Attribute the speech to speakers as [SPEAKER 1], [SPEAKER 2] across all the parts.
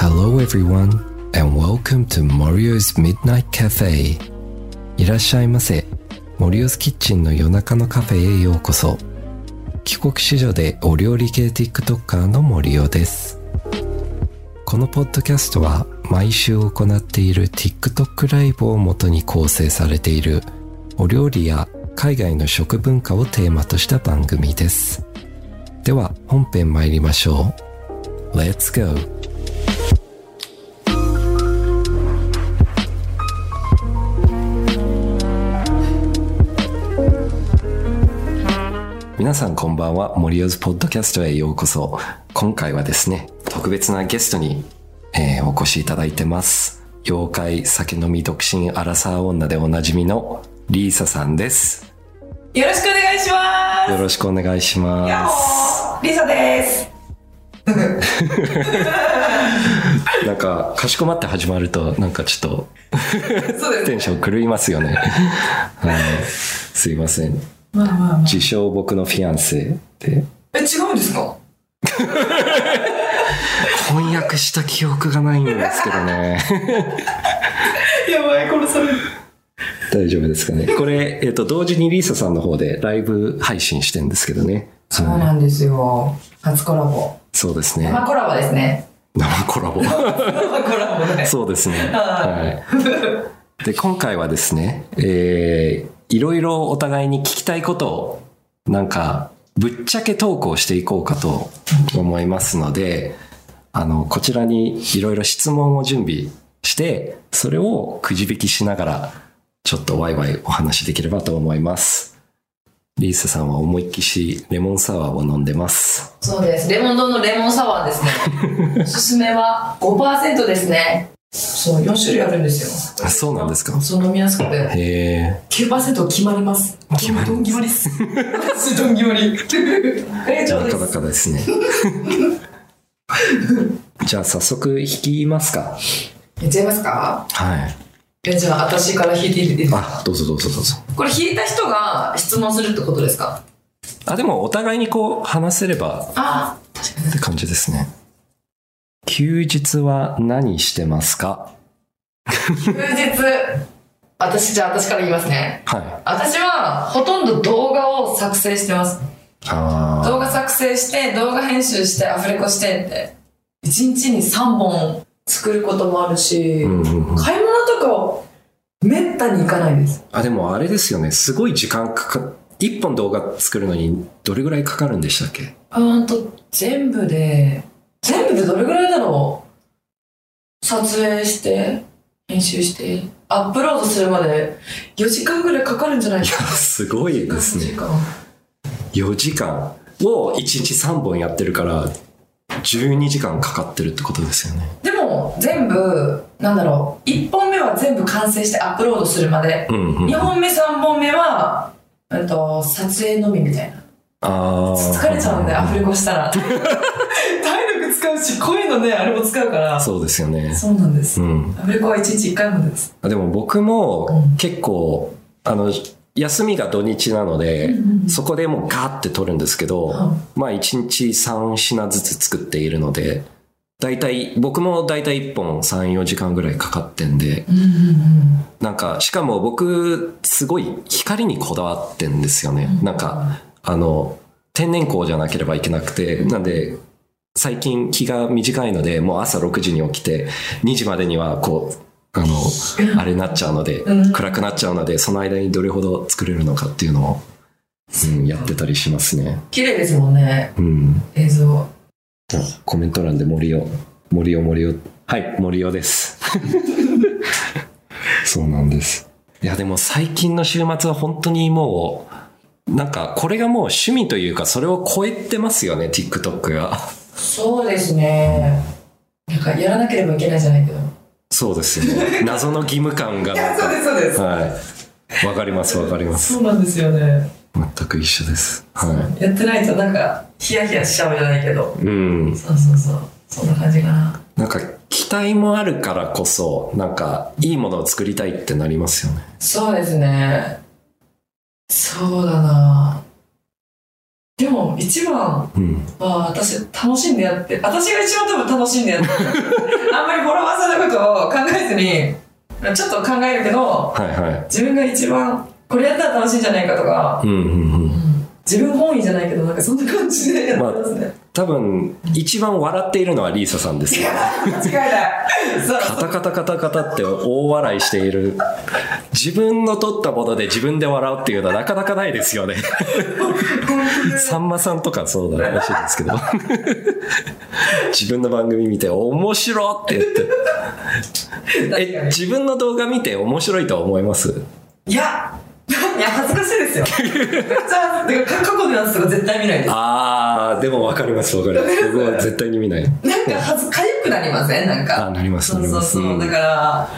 [SPEAKER 1] Hello everyone and welcome to Morio's Midnight Cafe いらっしゃいませ Morio's Kitchen の夜中のカフェへようこそ帰国子女でお料理系 TikToker の森尾ですこのポッドキャストは毎週行っている TikTok ライブをもとに構成されているお料理や海外の食文化をテーマとした番組ですでは本編参りましょう Let's go! 皆さんこんばんは森尾ズポッドキャストへようこそ今回はですね特別なゲストに、えーお越しいただいてます妖怪酒飲み独身アラサー女でおなじみのリーサさんです
[SPEAKER 2] よろしくお願いしま
[SPEAKER 1] よろしくお願いし
[SPEAKER 2] す。やっ
[SPEAKER 1] ます
[SPEAKER 2] ほー、リサです。
[SPEAKER 1] なんかかしこまって始まるとなんかちょっと
[SPEAKER 2] そうです
[SPEAKER 1] テ
[SPEAKER 2] ね。
[SPEAKER 1] ンション狂います よねはいすいません
[SPEAKER 2] まあまあまあ。
[SPEAKER 1] 自称僕のフィアンセで
[SPEAKER 2] え、違うんですか。
[SPEAKER 1] 翻訳した記憶がないんですけどね
[SPEAKER 2] やばい、殺される。
[SPEAKER 1] 大丈夫ですかね。これ、えっ、と、同時にリーサさんの方でライブ配信してんですけどね。
[SPEAKER 2] そう
[SPEAKER 1] はい
[SPEAKER 2] なんですよ。初コラボ。
[SPEAKER 1] そうですね。
[SPEAKER 2] 生コラボですね。
[SPEAKER 1] 生コラボ。
[SPEAKER 2] 生コラボで。
[SPEAKER 1] そう ですね。はい。で、今回はですね、えー、いろいろお互いに聞きたいことを、なんか、ぶっちゃけ投稿していこうかと思いますので、あの、こちらにいろいろ質問を準備して、それをくじ引きしながら、ちょっとワイワイお話しできればと思います。リーサさんは思いっきしレモンサワーを飲んでます。
[SPEAKER 2] そうです。レモン丼のレモンサワーです ね。おすすめは5%ですね。そう、4種類あるんです
[SPEAKER 1] あそうなんですか
[SPEAKER 2] よ。そう飲みやすくて。
[SPEAKER 1] へえ
[SPEAKER 2] 9%決まります。決まります。ドンギマリっす。 私ドンギマリ。 ありがとう
[SPEAKER 1] な
[SPEAKER 2] ござ
[SPEAKER 1] か
[SPEAKER 2] いま
[SPEAKER 1] な
[SPEAKER 2] す。
[SPEAKER 1] かですね。 じゃあ早速引きますか。
[SPEAKER 2] いっちゃいますか
[SPEAKER 1] はい。
[SPEAKER 2] え、じゃあ私から引いていいですか
[SPEAKER 1] あ、どうぞどうぞどうぞ。
[SPEAKER 2] これ引いた人が質問するってことですか
[SPEAKER 1] あ、でもお互いにこう話せれば
[SPEAKER 2] あ
[SPEAKER 1] って感じですね。休日は何してますか
[SPEAKER 2] 休日私じゃあ私から言いますね
[SPEAKER 1] はい。
[SPEAKER 2] 私はほとんど動画を作成してます
[SPEAKER 1] あ
[SPEAKER 2] 動画作成して動画編集してアフレコしてって1日に3本作ることもあるし、
[SPEAKER 1] ーうんうんうん
[SPEAKER 2] 買い物とかめったに行かないです
[SPEAKER 1] あ、でもあれですよね。すごい時間かか、一本動画作るのにどれぐらいかかるんでしたっけ
[SPEAKER 2] あーんと全部で全部でどれぐらいだろう撮影して編集してアップロードするまで4時間ぐらいかかるんじゃないですか
[SPEAKER 1] すごいですね。4時間を1日3本やってるから12時間かかってるってことですよね。
[SPEAKER 2] でも全部なんだろう1本目は全部完成してアップロードするまで
[SPEAKER 1] うんうん。
[SPEAKER 2] 2本目3本目は、えっと、撮影のみみたいな
[SPEAKER 1] ああ。
[SPEAKER 2] 疲れちゃうんでアフレコした ら体力使うし声のねあれも使うから
[SPEAKER 1] そうですよね。
[SPEAKER 2] そうなんです
[SPEAKER 1] うん。
[SPEAKER 2] アフレコは1日1回までです
[SPEAKER 1] でも僕も結構、あの、休みが土日なので、
[SPEAKER 2] うんうん
[SPEAKER 1] そこでもうガーって撮るんですけど、
[SPEAKER 2] は
[SPEAKER 1] まあ1日3品ずつ作っているので、だいたい、僕もだいたい1本3、4時間ぐらいかかってんで、
[SPEAKER 2] うんうんうん
[SPEAKER 1] なんか、しかも僕、すごい光にこだわってんですよね。なんか、あの、天然光じゃなければいけなくて、なんで、最近気が短いので、もう朝6時に起きて、2時までにはこう、あの、あれになっちゃうので
[SPEAKER 2] う、ん
[SPEAKER 1] 暗くなっちゃうので、その間にどれほど作れるのかっていうのを、うん、やってたりしますね。
[SPEAKER 2] 綺麗ですもんね
[SPEAKER 1] うん。
[SPEAKER 2] 映像
[SPEAKER 1] コメント欄で森尾、森尾森尾。はい、森尾です。 そうなんです。いや、でも最近の週末は本当にもう、なんかこれがもう趣味というか、それを超えてますよね、TikTok が。
[SPEAKER 2] そうですねなんかやらなければいけないじゃないけど
[SPEAKER 1] そうですよね。 謎の義務感が。
[SPEAKER 2] そうですそうです
[SPEAKER 1] はい。わかります、わかります。
[SPEAKER 2] そうなんですよね、
[SPEAKER 1] 全く一緒です。は
[SPEAKER 2] やってないとなんかヒヤヒヤしちゃうじゃないけど
[SPEAKER 1] い。うん。
[SPEAKER 2] そうそうそうそんな感じかな
[SPEAKER 1] なんか期待もあるからこそ、なんかいいものを作りたいってなりますよね。
[SPEAKER 2] そうですねそうだなでも一番
[SPEAKER 1] うん。
[SPEAKER 2] は私楽しんでやって私が一番多分楽しんで やってるあんまりフォロワーさんのことを考えずにちょっと考えるけど
[SPEAKER 1] はいはい。
[SPEAKER 2] 自分が一番これやったら楽しいんじゃないかとか、
[SPEAKER 1] うんうんうん。
[SPEAKER 2] 自分本位じゃないけどなんかそんな感じでやってますね、
[SPEAKER 1] 多分、一番笑っているのはリーサさんですよ。
[SPEAKER 2] 間違いないそう
[SPEAKER 1] カタカタカタカタって大笑いしている。自分の撮ったもので自分で笑うっていうのはなかなかないです よね。さんまさんとかそうだらしいですけど。 自分の番組見て面白って言って。
[SPEAKER 2] 確かに
[SPEAKER 1] え、自分の動画見て面白いと思います
[SPEAKER 2] いや、いや、恥ずかしい ですよ。めっちゃ、だから過去のやつとか絶対見ないです。
[SPEAKER 1] あー、でもわかりますわかります。僕は絶対に見ない。
[SPEAKER 2] なんか恥ずかしくなりませんなんか。
[SPEAKER 1] あなります
[SPEAKER 2] そうそう
[SPEAKER 1] な
[SPEAKER 2] そ
[SPEAKER 1] り
[SPEAKER 2] う。
[SPEAKER 1] ます
[SPEAKER 2] だから、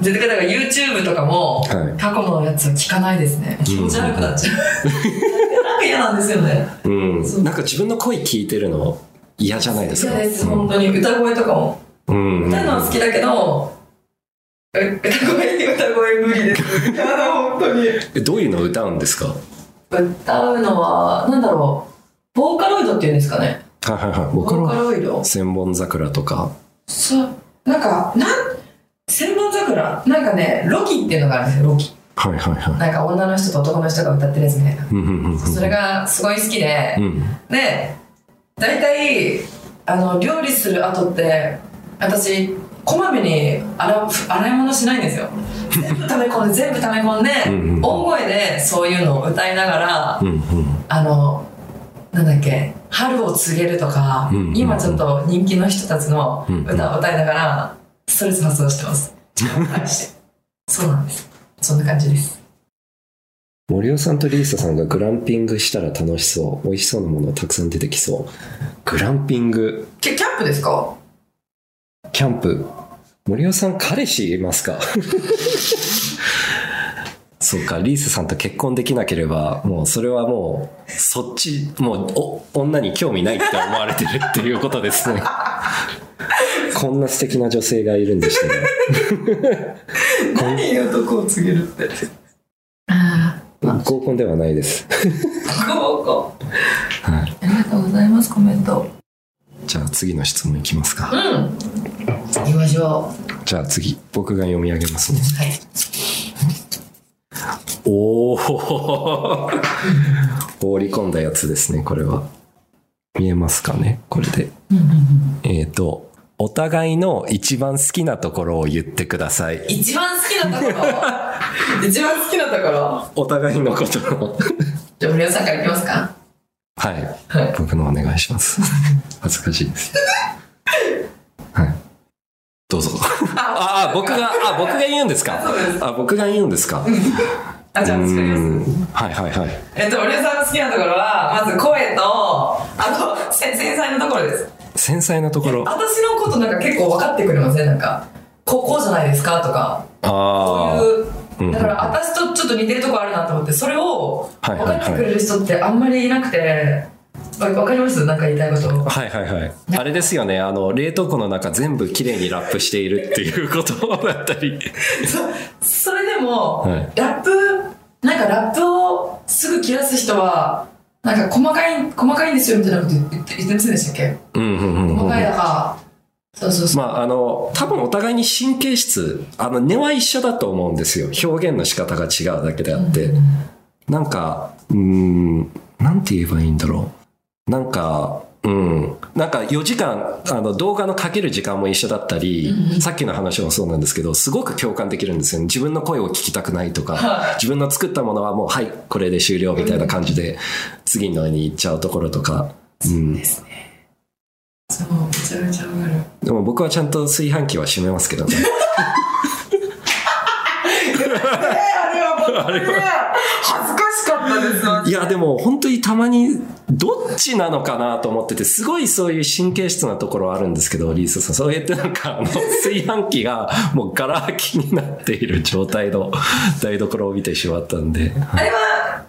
[SPEAKER 2] 絶対だから YouTube とかも
[SPEAKER 1] はい、
[SPEAKER 2] 過去のやつは聞かないですね。気持ち悪くなっちゃう。なんか嫌なんですよね。
[SPEAKER 1] うん。なんか自分の声聞いてるの嫌じゃないです
[SPEAKER 2] 嫌
[SPEAKER 1] か。
[SPEAKER 2] です、
[SPEAKER 1] うん
[SPEAKER 2] 本当に。歌声とかも。
[SPEAKER 1] うん。
[SPEAKER 2] 歌うのは好きだけど、え歌声、歌声無理です。やだ、本当に。
[SPEAKER 1] えどういうのを歌うんですかはい
[SPEAKER 2] 歌うのは、なんだろう。ボーカロイドっていうんですかね。
[SPEAKER 1] はいはい。
[SPEAKER 2] ボ
[SPEAKER 1] 僕
[SPEAKER 2] ーカ
[SPEAKER 1] の
[SPEAKER 2] ロイド
[SPEAKER 1] 千本桜とか。
[SPEAKER 2] そうなんかなん千本桜なんかねロキっていうのがあるんですよロキ
[SPEAKER 1] はいはいは。
[SPEAKER 2] なんか女の人と男の人が歌ってるやつみたいない
[SPEAKER 1] うんうんうんうん。
[SPEAKER 2] それがすごい好きで
[SPEAKER 1] うん。
[SPEAKER 2] で大体あの料理する後って私こまめに洗う洗い物しないんですよ全部溜め込んで全部溜め込んで
[SPEAKER 1] うんうん
[SPEAKER 2] 大声でそういうのを歌いながら
[SPEAKER 1] うんうん。
[SPEAKER 2] あのなんだっけ「春を告げる」とか、
[SPEAKER 1] うんうん
[SPEAKER 2] 今ちょっと人気の人たちの歌を歌いながらストレス発動し てます力を返してそうなんですそんな感じです
[SPEAKER 1] 森尾さんとリーサさんがグランピングしたら楽しそう。美味しそうなものたくさん出てきそう。グランピング、
[SPEAKER 2] キャキャンプですか
[SPEAKER 1] キャンプ。森尾さん、彼氏いますか そうか、リーサさんと結婚できなければ、もうそれはもう、そっち、もう、お、女に興味ないって思われてるっていうことですね。 こんな素敵な女性がいるんでしたね。
[SPEAKER 2] 何男を告げるってああ
[SPEAKER 1] 合コンではないです。
[SPEAKER 2] ごこ
[SPEAKER 1] はい。
[SPEAKER 2] ありがとうございますコメント
[SPEAKER 1] じゃあ次の質問いきます
[SPEAKER 2] う
[SPEAKER 1] か。
[SPEAKER 2] ん行きましょう
[SPEAKER 1] じゃあ次、僕が読み上げますね。
[SPEAKER 2] はい
[SPEAKER 1] おお放り込んだやつですね、これは。見えますかね、これで。
[SPEAKER 2] うんうんうん
[SPEAKER 1] えっ、と、お互いの一番好きなところを言ってください。
[SPEAKER 2] 一番好きなところ一番好きなところ
[SPEAKER 1] お互いのことを。
[SPEAKER 2] じゃあ森尾さんからいきますか
[SPEAKER 1] はい。
[SPEAKER 2] はい
[SPEAKER 1] 僕のお願いします。 恥ずかしいです。はい。どうぞ。ああ、僕が、あ、僕が言うんですか
[SPEAKER 2] そうで。
[SPEAKER 1] あ、僕が言うんですか。
[SPEAKER 2] あじゃあ私からいきます
[SPEAKER 1] うんはいはいはい。
[SPEAKER 2] えっと、森尾さんの好きなところは、まず声と、あと、せ繊細なところです。
[SPEAKER 1] 繊細なところ。
[SPEAKER 2] 私のことなんか結構分かってくれませんなんか、こうこうじゃないですかとか、
[SPEAKER 1] ああ。
[SPEAKER 2] そういう、だから私とちょっと似てるとこあるなと思って、それを
[SPEAKER 1] はい
[SPEAKER 2] 分
[SPEAKER 1] はいはい
[SPEAKER 2] かってくれる人ってあんまりいなくて、わ分かりますなんか言いたいこと。
[SPEAKER 1] はいはいはい。あれですよね。あの、冷凍庫の中全部きれいにラップしているっていうことだったり。
[SPEAKER 2] そそれでも、
[SPEAKER 1] はい
[SPEAKER 2] ラップ、なんかラップをすぐ切らす人は、なんか細かい、細かいんですよみたいなこと言って言ってませんでしたっけ
[SPEAKER 1] うんうんうんうん
[SPEAKER 2] 細かいだから、そうそうそう。
[SPEAKER 1] まあ、あの、多分お互いに神経質、あの、根は一緒だと思うんですよ。表現の仕方が違うだけであって。なんか、うーん、なんて言えばいいんだろう。なんか、うん。なんか4時間、あの、動画のかける時間も一緒だったり、
[SPEAKER 2] うんうん
[SPEAKER 1] さっきの話もそうなんですけど、すごく共感できるんですよね。自分の声を聞きたくないとか、
[SPEAKER 2] はい
[SPEAKER 1] 自分の作ったものはもう、はい、これで終了みたいな感じで、次のに行っちゃうところとか。うん。
[SPEAKER 2] ですね。そう、めちゃめちゃわかる。
[SPEAKER 1] でも僕はちゃんと炊飯器は閉めますけどね。
[SPEAKER 2] え あれは本当にね、恥ずかしかったですわ。
[SPEAKER 1] いやでも本当にたまにどっちなのかなと思っててすごいそういう神経質なところはあるんですけどリースさんそうやってなんかあの炊飯器がもうガラ空きになっている状態の台所を見てしまったんで
[SPEAKER 2] あれは、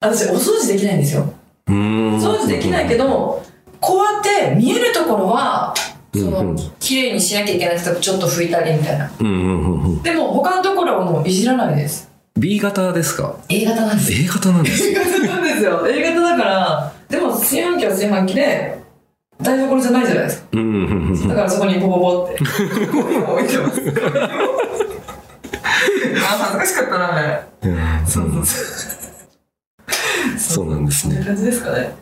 [SPEAKER 2] 私、お掃除できないんですよ。
[SPEAKER 1] うーん
[SPEAKER 2] お掃除できないけど、こうやって見えるところは、そ
[SPEAKER 1] うんう
[SPEAKER 2] の
[SPEAKER 1] ん、
[SPEAKER 2] 綺麗にしなきゃいけない人ちょっと拭いたりみたいな。
[SPEAKER 1] うんうんうんうん
[SPEAKER 2] でも、他のところはもういじらないです。
[SPEAKER 1] B 型ですか
[SPEAKER 2] A 型なんです。
[SPEAKER 1] A 型なんです
[SPEAKER 2] A 型なんでですよ A 型だからでも炊飯器は炊飯器で台所じゃないじゃないですか
[SPEAKER 1] うんうんうん
[SPEAKER 2] だからそこにポポポ って今置いてますあ恥ずかしかったなあれ
[SPEAKER 1] うん
[SPEAKER 2] そうそうそう
[SPEAKER 1] そうなんです
[SPEAKER 2] そん
[SPEAKER 1] ね
[SPEAKER 2] な感じですかね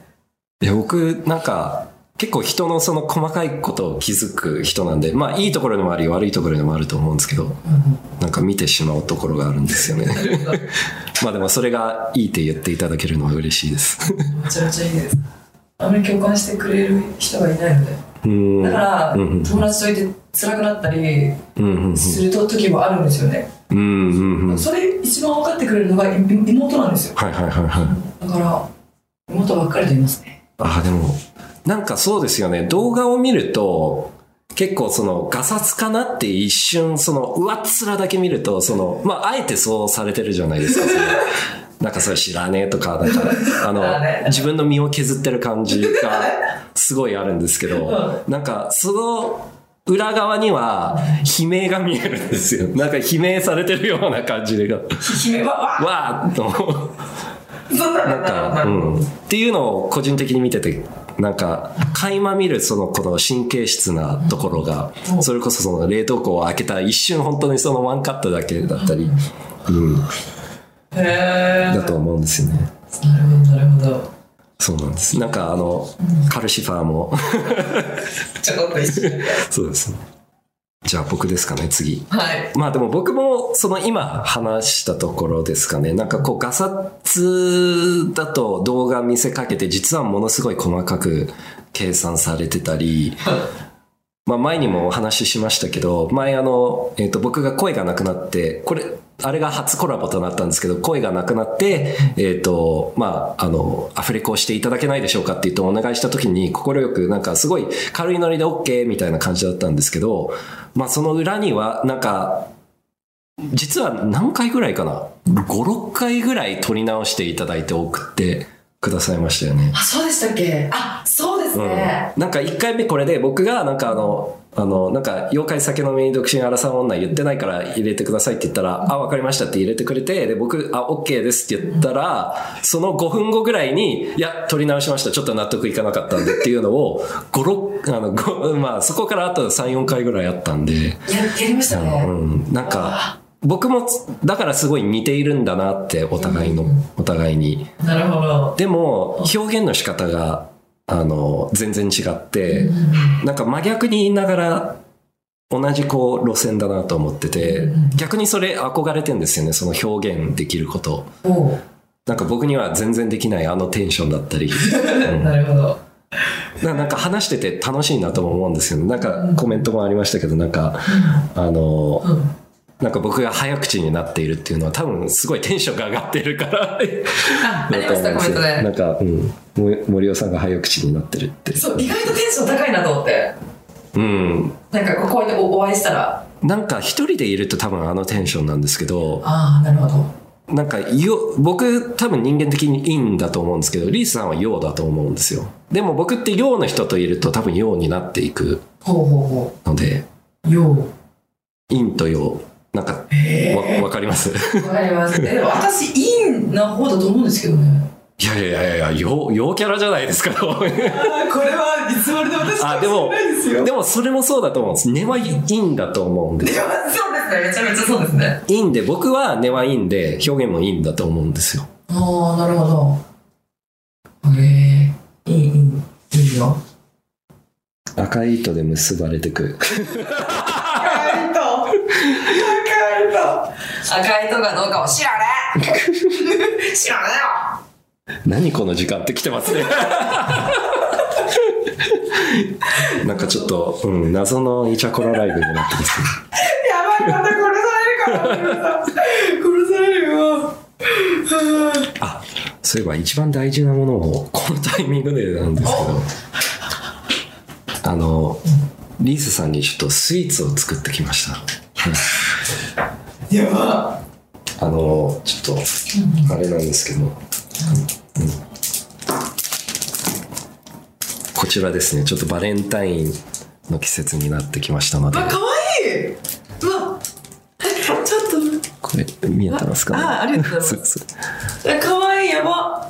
[SPEAKER 1] いや僕なんか結構人のその細かいことを気づく人なんでまあいいところでもあり悪いところでもあると思うんですけどなんか見てしまうところがあるんですよね まあでもそれがいいって言っていただけるのは嬉しいです
[SPEAKER 2] めちゃめちゃいいですあんまり共感してくれる人がいないので
[SPEAKER 1] うん
[SPEAKER 2] だから、
[SPEAKER 1] うんうん
[SPEAKER 2] 友達といて辛くなったり
[SPEAKER 1] うんうん
[SPEAKER 2] する時もあるんですよね、
[SPEAKER 1] うんうんうん
[SPEAKER 2] それ一番分かってくれるのがい妹なんですよ
[SPEAKER 1] はいはいはいはい
[SPEAKER 2] だから妹ばっかりといますね
[SPEAKER 1] ああ、でも、なんかそうですよね。動画を見ると、結構その、ガサツかなって一瞬、その、上っ面だけ見ると、その、まあ、あえてそうされてるじゃないですか。そのなんかそれ知らねえとか、なんか、あ
[SPEAKER 2] あね
[SPEAKER 1] の、自分の身を削ってる感じが、すごいあるんですけど、なんか、その、裏側には、悲鳴が見えるんですよ。なんか悲鳴されてるような感じが、
[SPEAKER 2] 姫はわあ
[SPEAKER 1] わーっと。
[SPEAKER 2] そんな
[SPEAKER 1] なんん
[SPEAKER 2] だ
[SPEAKER 1] か、
[SPEAKER 2] な
[SPEAKER 1] うん、っていうのを個人的に見てて、なんか、垣間見るその、この神経質なところが
[SPEAKER 2] う、ん
[SPEAKER 1] それこそその冷凍庫を開けた一瞬本当にそのワンカットだけだったり、うん、
[SPEAKER 2] へえ
[SPEAKER 1] だと思うんですよね。
[SPEAKER 2] なるほどなるほど
[SPEAKER 1] そうなんです。なんかあの、カルシファーも、
[SPEAKER 2] ちょこっと一緒に
[SPEAKER 1] そうですね。じゃあ僕ですかね、次。
[SPEAKER 2] はい
[SPEAKER 1] まあでも僕もその今話したところですかね。なんかこうガサツだと動画見せかけて実はものすごい細かく計算されてた り、まあ前にもお話ししましたけど、前あの、えっ、と僕が声がなくなって、これ、あれが初コラボとなったんですけど、声がなくなって、えっ、と、まあ、あの、アフレコをしていただけないでしょうかって言ってお願いした時に、心よくなんかすごい軽いノリで OK みたいな感じだったんですけど、まあその裏には、なんか、実は何回ぐらいかな ?5、6回ぐらい撮り直していただいて送ってくださいましたよね。
[SPEAKER 2] あそうでしたっけあそうですね、
[SPEAKER 1] うん、なんか1回目これで僕がなんかあの、あの、なんか、妖怪酒飲み独身荒さん女言ってないから入れてくださいって言ったら、あ、わかりましたって入れてくれて、で、僕、あ、OK ですって言ったら、その5分後ぐらいに、いや、取り直しました。ちょっと納得いかなかったんでっていうのを、5、6、あの、ごまあ、そこからあと3、4回ぐらいあったんで、
[SPEAKER 2] ややりましたね、
[SPEAKER 1] うん、なんか、僕もつ、だからすごい似ているんだなって、お互いの、お互いに。
[SPEAKER 2] なるほど
[SPEAKER 1] でも、表現の仕方が、あの、全然違って、なんか真逆に言いながら、同じこう、路線だなと思ってて、逆にそれ憧れてんですよね、その表現できること。
[SPEAKER 2] おう
[SPEAKER 1] なんか僕には全然できないあのテンションだった り。
[SPEAKER 2] なるほど
[SPEAKER 1] ななんか話してて楽しいなとも思うんですよね。なんかコメントもありましたけど、なんか、あの、なんか僕が早口になっているっていうのは多分すごいテンションが上がってるから。
[SPEAKER 2] あありましたコメント
[SPEAKER 1] な
[SPEAKER 2] で
[SPEAKER 1] んか、うん。も森尾さんが早口になってるって。
[SPEAKER 2] そう意外とテンション高いなと思って
[SPEAKER 1] うん。
[SPEAKER 2] なんかここにおお会いしたら
[SPEAKER 1] なんか一人でいると多分あのテンションなんですけど、
[SPEAKER 2] ああなるほど
[SPEAKER 1] なんかよ、僕多分人間的に陰だと思うんですけど、リースさんは陽だと思うんですよ。でも僕って陽の人といると多分陽になっていく
[SPEAKER 2] ほうほうほ
[SPEAKER 1] ので、
[SPEAKER 2] うよう
[SPEAKER 1] 陰と陽、なんか
[SPEAKER 2] え
[SPEAKER 1] わ、わかります
[SPEAKER 2] えわかりますえでも私インな方だと思うんですけどね
[SPEAKER 1] いやいやいやいや、陽、陽キャラじゃないですか。
[SPEAKER 2] ああ これはいつまで私
[SPEAKER 1] あ、でも、
[SPEAKER 2] です
[SPEAKER 1] でもそれもそうだと思うんです。根は陰だと思うんで
[SPEAKER 2] い
[SPEAKER 1] す。
[SPEAKER 2] やそうですねめちゃめちゃそうですね
[SPEAKER 1] 陰で、僕は根は陰で、表現も陰だと思うんですよ。
[SPEAKER 2] ああなるほどへえいいいいいいよ
[SPEAKER 1] 赤い糸で結ばれてく。
[SPEAKER 2] 赤い糸赤い糸赤い糸がどうかを知らね え知らね
[SPEAKER 1] 何この時間って来てますね。 なんかちょっと、うん、謎のイチャコラライブになってますね。
[SPEAKER 2] えよやばいまた殺されるから殺されるよ
[SPEAKER 1] あ、そういえば一番大事なものを、このタイミングでなんですけど、あの、リースさんにちょっとスイーツを作ってきました。
[SPEAKER 2] やば
[SPEAKER 1] あの、ちょっと、あれなんですけど、うんこちらですね、ちょっとバレンタインの季節になってきましたので、
[SPEAKER 2] あ可愛いうわえちょっと
[SPEAKER 1] これ見えてますかね
[SPEAKER 2] あありがとうございます
[SPEAKER 1] そうそう
[SPEAKER 2] え可愛いやば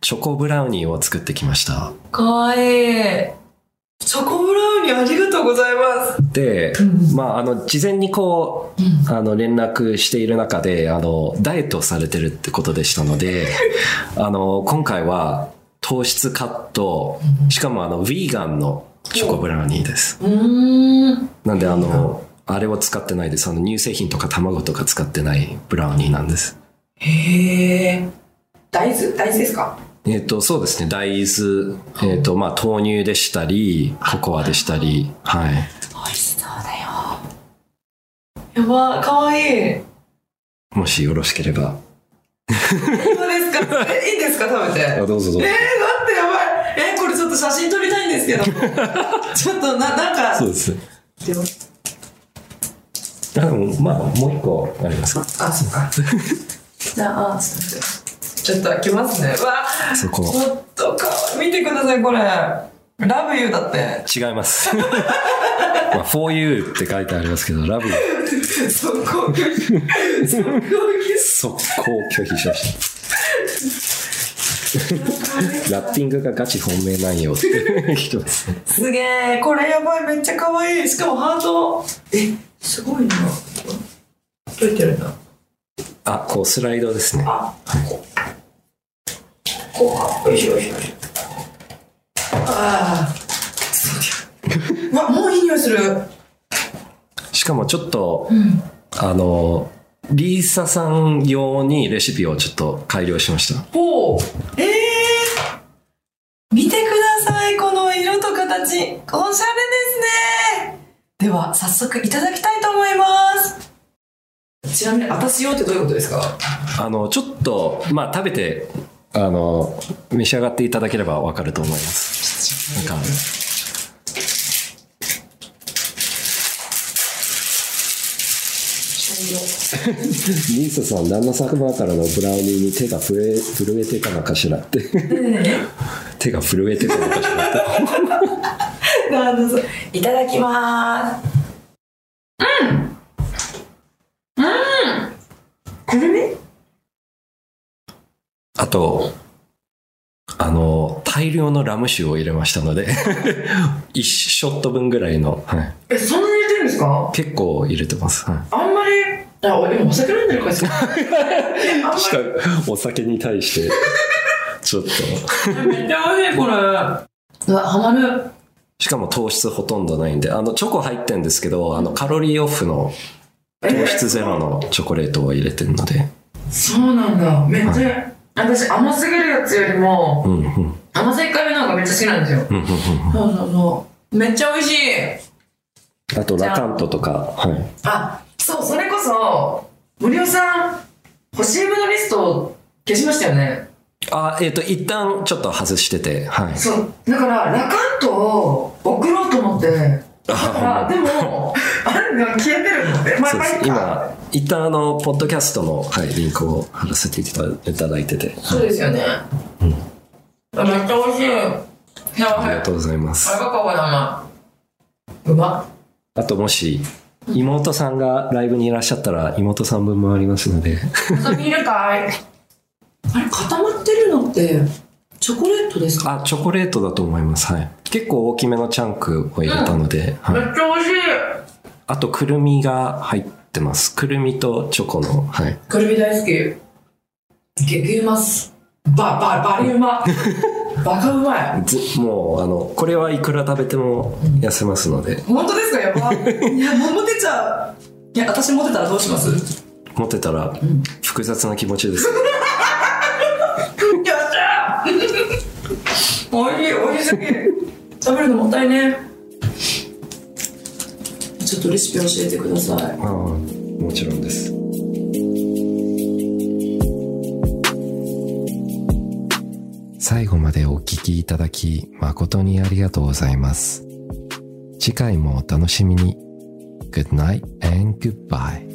[SPEAKER 1] チョコブラウニーを作ってきました。
[SPEAKER 2] かわいい。チョコブラウニーありがとうございます。
[SPEAKER 1] で、
[SPEAKER 2] うん
[SPEAKER 1] まあ、あの、事前にこう、あの、連絡している中で、あの、ダイエットをされてるってことでしたので、あの、今回は糖質カット、しかもあの、ヴィーガンのチョコブラウニーです。
[SPEAKER 2] うん。うーん。
[SPEAKER 1] なんで、あの、あれは使ってないです。あの、乳製品とか卵とか使ってないブラウニーなんです。
[SPEAKER 2] へえ。大豆大豆ですか
[SPEAKER 1] えっ、と、そうですね。大豆、えっ、と、まあ、豆乳でしたり、ココアでしたり、はい。
[SPEAKER 2] 美味しそうだよ。やば、かわいい。
[SPEAKER 1] もしよろしければ。
[SPEAKER 2] どうですかえいいんですか食 べて。えー、
[SPEAKER 1] あ
[SPEAKER 2] だっ
[SPEAKER 1] どうぞどうぞ。
[SPEAKER 2] てやばい。えーこれちょっと写真撮りたいんですけ ど。ちょっとな、なんか。
[SPEAKER 1] そうですね。
[SPEAKER 2] でも
[SPEAKER 1] あでもまあ、もう一個あります か。
[SPEAKER 2] あ、そうか。じゃあ、あちょっと待って。ちょっと開きますね。うわ
[SPEAKER 1] そこ
[SPEAKER 2] ちょっとかわいい見てください、これ。ラブユーだって。
[SPEAKER 1] 違い ます。まあ、for you って書いてありますけど、ラブ、
[SPEAKER 2] そこ、そこ、
[SPEAKER 1] 速攻拒否しました。ラッピングがガチ本命なんよっていう人ですね。
[SPEAKER 2] すげえ、これやばい、めっちゃ可愛い。しかもハート。え、すごいな。どうやってやるんだ
[SPEAKER 1] あ、こうスライドですね。
[SPEAKER 2] あ、こう。こうか。よいしょよいしょよいしょ。ああ。そうだよ。うわ、もういい匂いする。
[SPEAKER 1] しかもちょっと、
[SPEAKER 2] ん。
[SPEAKER 1] あの、リーサさん用にレシピをちょっと改良しました。
[SPEAKER 2] ほう。ええー。見てください、この色と形。おしゃれですね。では、早速いただきたいと思います。ちなみに、私用ってどういうことですか
[SPEAKER 1] あの、ちょっと、まあ、食べて、あの、召し上がっていただければわかると思います。なんか、リーサさん、旦那様からのブラウニーに手が震え、震えてたのかしらって。 手が震えてたのかしらって。
[SPEAKER 2] なるほどいただきます。うん。うん。くる
[SPEAKER 1] あと、あの、大量のラム酒を入れましたので、 一ショット分ぐらいの、はい、
[SPEAKER 2] み？え、そんなに入れてるんですか？
[SPEAKER 1] 結構入れてます。は
[SPEAKER 2] あんまり、あ、でもお酒飲んでるからですか。えあんま
[SPEAKER 1] い、しかも、お酒に対して、ちょっと。
[SPEAKER 2] りめっちゃ美味しいこれ。うわ、ハマる。
[SPEAKER 1] しかも糖質ほとんどないんで、あの、チョコ入ってんですけど、あの、カロリーオフの糖質ゼロのチョコレートを入れてるので、
[SPEAKER 2] そうなんだ。めっちゃ、私甘すぎるやつよりも
[SPEAKER 1] うん、うん、うん、うん
[SPEAKER 2] 甘さ控えめの方がめっちゃ好きなんですよ。
[SPEAKER 1] うん、うん。
[SPEAKER 2] そうそうそう。めっちゃ美味しい。
[SPEAKER 1] あと、ラタントとか、はい。
[SPEAKER 2] あ、そう、それこそ、森尾さん、欲しいものリストを消しましたよね。
[SPEAKER 1] あ、えっ、と、一旦ちょっと外してて、はい。
[SPEAKER 2] そう、だから、ラカントを送ろうと思って。だから、で も、あれが消えてるので、まあ、
[SPEAKER 1] そうです
[SPEAKER 2] まあ
[SPEAKER 1] 今、一旦あの、ポッドキャストの、はい、リンクを貼らせていただいてて、
[SPEAKER 2] そうですよね。うん、めっちゃ美味しい。や
[SPEAKER 1] あ
[SPEAKER 2] ばい。あ
[SPEAKER 1] り
[SPEAKER 2] れ
[SPEAKER 1] がとうございます。
[SPEAKER 2] がかわいいな。うまっ。
[SPEAKER 1] あと、もし、妹さんがライブにいらっしゃったら、妹さん分もありますので、
[SPEAKER 2] 遊びいるかいあれ、固まってるのって、チョコレートですか
[SPEAKER 1] あ、チョコレートだと思います。はい。結構大きめのチャンクを入れたので、は
[SPEAKER 2] め
[SPEAKER 1] い。
[SPEAKER 2] っちゃ美味しい。
[SPEAKER 1] あと、くるみが入ってます。くるみとチョコの、はい。
[SPEAKER 2] くるみ大好き。げ、げます。ば、ば、ばりうま。バカうまい。
[SPEAKER 1] ずもう、あの、これはいくら食べても痩せますので、
[SPEAKER 2] 本当ですかや ばいやもうモテちゃういや私モテたらどうしますよ
[SPEAKER 1] 持ってたら複雑な気持ちです。
[SPEAKER 2] っしゃおいしいおいしすぎる食べるのもったいねちょっとレシピ教えてください
[SPEAKER 1] ああもちろんです最後までお聞きいただき誠にありがとうございます次回もお楽しみに Good night and goodbye